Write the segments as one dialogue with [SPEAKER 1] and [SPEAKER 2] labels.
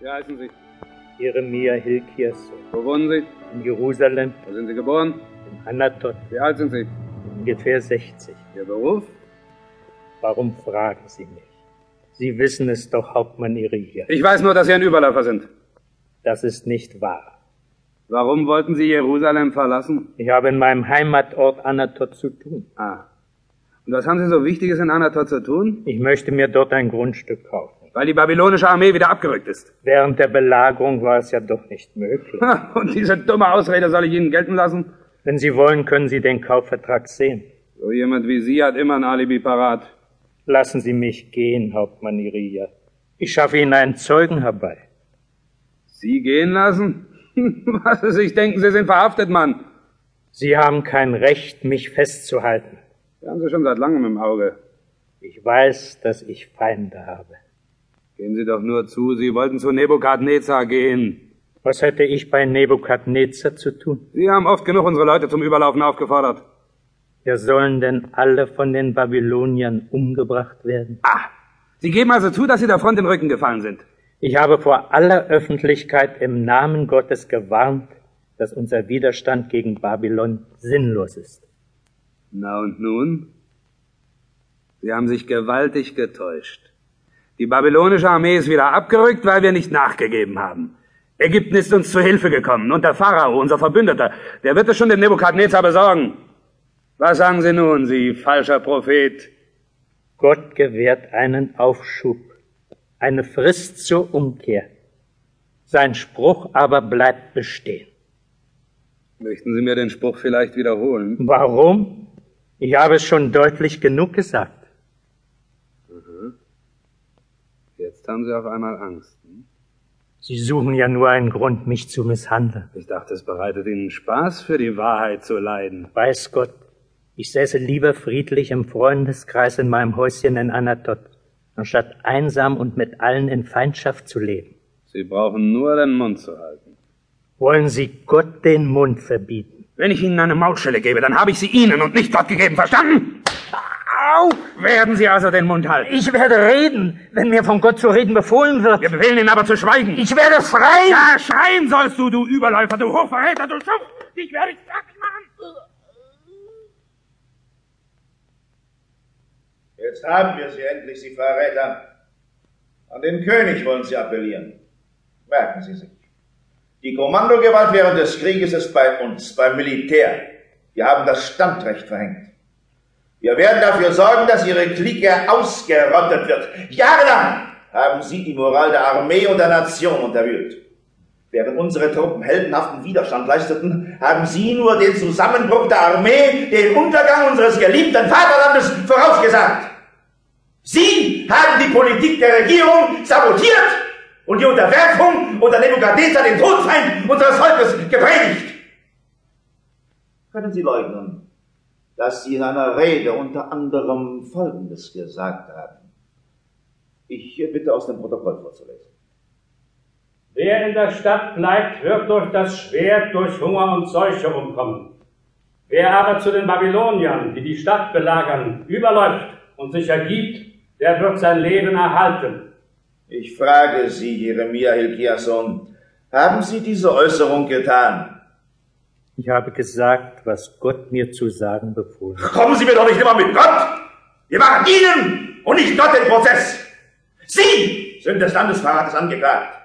[SPEAKER 1] Wie heißen Sie?
[SPEAKER 2] Jeremia Hilkias
[SPEAKER 1] Wo wohnen Sie?
[SPEAKER 2] in Jerusalem,
[SPEAKER 1] Wo sind Sie geboren?
[SPEAKER 2] in Anatot,
[SPEAKER 1] Wie alt sind Sie?
[SPEAKER 2] ungefähr 60.
[SPEAKER 1] Ihr Beruf?
[SPEAKER 2] Warum fragen Sie mich? Sie wissen es doch, Hauptmann Iriga.
[SPEAKER 1] Ich weiß nur, dass Sie ein Überläufer sind.
[SPEAKER 2] Das ist nicht wahr.
[SPEAKER 1] Warum wollten Sie Jerusalem verlassen?
[SPEAKER 2] Ich habe in meinem Heimatort Anatot zu tun.
[SPEAKER 1] Ah. Und was haben Sie so Wichtiges in Anatol zu tun?
[SPEAKER 2] Ich möchte mir dort ein Grundstück kaufen.
[SPEAKER 1] Weil die babylonische Armee wieder abgerückt ist.
[SPEAKER 2] Während der Belagerung war es ja doch nicht möglich.
[SPEAKER 1] Ha, Und diese dumme Ausrede soll ich Ihnen gelten lassen?
[SPEAKER 2] Wenn Sie wollen, können Sie den Kaufvertrag sehen.
[SPEAKER 1] So jemand wie Sie hat immer ein Alibi parat.
[SPEAKER 2] Lassen Sie mich gehen, Hauptmann Iriga. Ich schaffe Ihnen einen Zeugen herbei.
[SPEAKER 1] Sie gehen lassen? Was Sie sich denken, Sie sind verhaftet, Mann.
[SPEAKER 2] Sie haben kein Recht, mich festzuhalten.
[SPEAKER 1] Wir haben Sie schon seit langem im Auge.
[SPEAKER 2] Ich weiß, dass ich Feinde habe.
[SPEAKER 1] Geben Sie doch nur zu, Sie wollten zu Nebukadnezar gehen.
[SPEAKER 2] Was hätte ich bei Nebukadnezar zu tun?
[SPEAKER 1] Sie haben oft genug unsere Leute zum Überlaufen aufgefordert.
[SPEAKER 2] Ja, sollen denn alle von den Babyloniern umgebracht werden?
[SPEAKER 1] Ah, Sie geben also zu, dass Sie der Front den Rücken gefallen sind.
[SPEAKER 2] Ich habe vor aller Öffentlichkeit im Namen Gottes gewarnt, dass unser Widerstand gegen Babylon sinnlos ist.
[SPEAKER 1] Na und nun? Sie haben sich gewaltig getäuscht. Die babylonische Armee ist wieder abgerückt, weil wir nicht nachgegeben haben. Ägypten ist uns zu Hilfe gekommen und der Pharao, unser Verbündeter, der wird es schon dem Nebukadnezar besorgen. Was sagen Sie nun, Sie falscher Prophet?
[SPEAKER 2] Gott gewährt einen Aufschub, eine Frist zur Umkehr. Sein Spruch aber bleibt bestehen.
[SPEAKER 1] Möchten Sie mir den Spruch vielleicht wiederholen?
[SPEAKER 2] Warum? Ich habe es schon deutlich genug gesagt.
[SPEAKER 1] Jetzt haben Sie auf einmal Angst. hm?
[SPEAKER 2] Sie suchen ja nur einen Grund, mich zu misshandeln.
[SPEAKER 1] Ich dachte, es bereitet Ihnen Spaß, für die Wahrheit zu leiden.
[SPEAKER 2] Weiß Gott, ich säße lieber friedlich im Freundeskreis in meinem Häuschen in Anatot, anstatt einsam und mit allen in Feindschaft zu leben.
[SPEAKER 1] Sie brauchen nur den Mund zu halten.
[SPEAKER 2] Wollen Sie Gott den Mund verbieten?
[SPEAKER 1] Wenn ich Ihnen eine Maulschelle gebe, dann habe ich sie Ihnen und nicht Gott gegeben, verstanden? Au! Werden Sie also den Mund halten.
[SPEAKER 2] Ich werde reden, wenn mir von Gott zu reden befohlen wird.
[SPEAKER 1] Wir befehlen Ihnen aber zu schweigen.
[SPEAKER 2] Ich werde schreien!
[SPEAKER 1] ja, schreien sollst du, du Überläufer, du Hochverräter, du Schuft! Dich werde ich fertig machen!
[SPEAKER 3] Jetzt haben wir sie endlich, Sie Verräter. An den König wollen Sie appellieren. Merken Sie sich. Die Kommandogewalt während des Krieges ist bei uns, beim Militär. Wir haben das Standrecht verhängt. Wir werden dafür sorgen, dass Ihre Clique ausgerottet wird. Jahrelang haben Sie die Moral der Armee und der Nation unterwühlt. Während unsere Truppen heldenhaften Widerstand leisteten, haben Sie nur den Zusammenbruch der Armee, den Untergang unseres geliebten Vaterlandes vorausgesagt. Sie haben die Politik der Regierung sabotiert und die Unterwerfung unter Nebukadnezar, den Todfeind unseres Volkes, gepredigt. Können Sie leugnen, dass Sie in einer Rede unter anderem Folgendes gesagt haben? Ich äh, bitte aus dem Protokoll vorzulesen.
[SPEAKER 4] Wer in der Stadt bleibt, wird durch das Schwert, durch Hunger und Seuche umkommen. Wer aber zu den Babyloniern, die die Stadt belagern, überläuft und sich ergibt, der wird sein Leben erhalten.
[SPEAKER 3] Ich frage Sie, Jeremia Hilkiasson, haben Sie diese Äußerung getan?
[SPEAKER 2] Ich habe gesagt, was Gott mir zu sagen befohlen hat.
[SPEAKER 3] Kommen Sie mir doch nicht immer mit Gott! Wir machen Ihnen und nicht Gott den Prozess! Sie sind des Landesverrates angeklagt!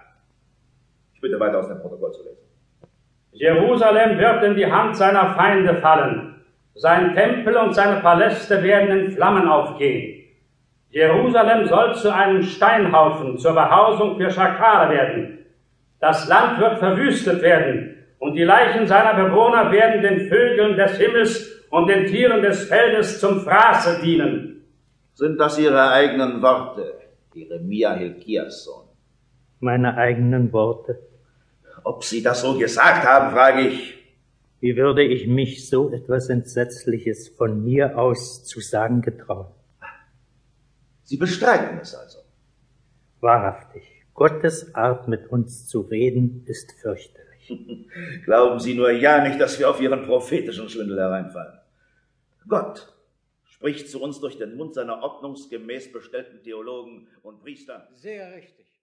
[SPEAKER 3] Ich bitte weiter aus dem Protokoll zu lesen.
[SPEAKER 4] Jerusalem wird in die Hand seiner Feinde fallen. Sein Tempel und seine Paläste werden in Flammen aufgehen. Jerusalem soll zu einem Steinhaufen zur Behausung für Schakale werden. Das Land wird verwüstet werden und die Leichen seiner Bewohner werden den Vögeln des Himmels und den Tieren des Feldes zum Fraße dienen.
[SPEAKER 3] Sind das Ihre eigenen Worte, Jeremia Hilkiasson?
[SPEAKER 2] Meine eigenen Worte.
[SPEAKER 3] Ob Sie das so gesagt haben, frage ich.
[SPEAKER 2] Wie würde ich mich so etwas Entsetzliches von mir aus zu sagen getrauen?
[SPEAKER 3] Sie bestreiten es also.
[SPEAKER 2] Wahrhaftig, Gottes Art mit uns zu reden ist fürchterlich.
[SPEAKER 3] Glauben Sie nur ja nicht, dass wir auf Ihren prophetischen Schwindel hereinfallen. Gott spricht zu uns durch den Mund seiner ordnungsgemäß bestellten Theologen und Priester.
[SPEAKER 5] Sehr richtig.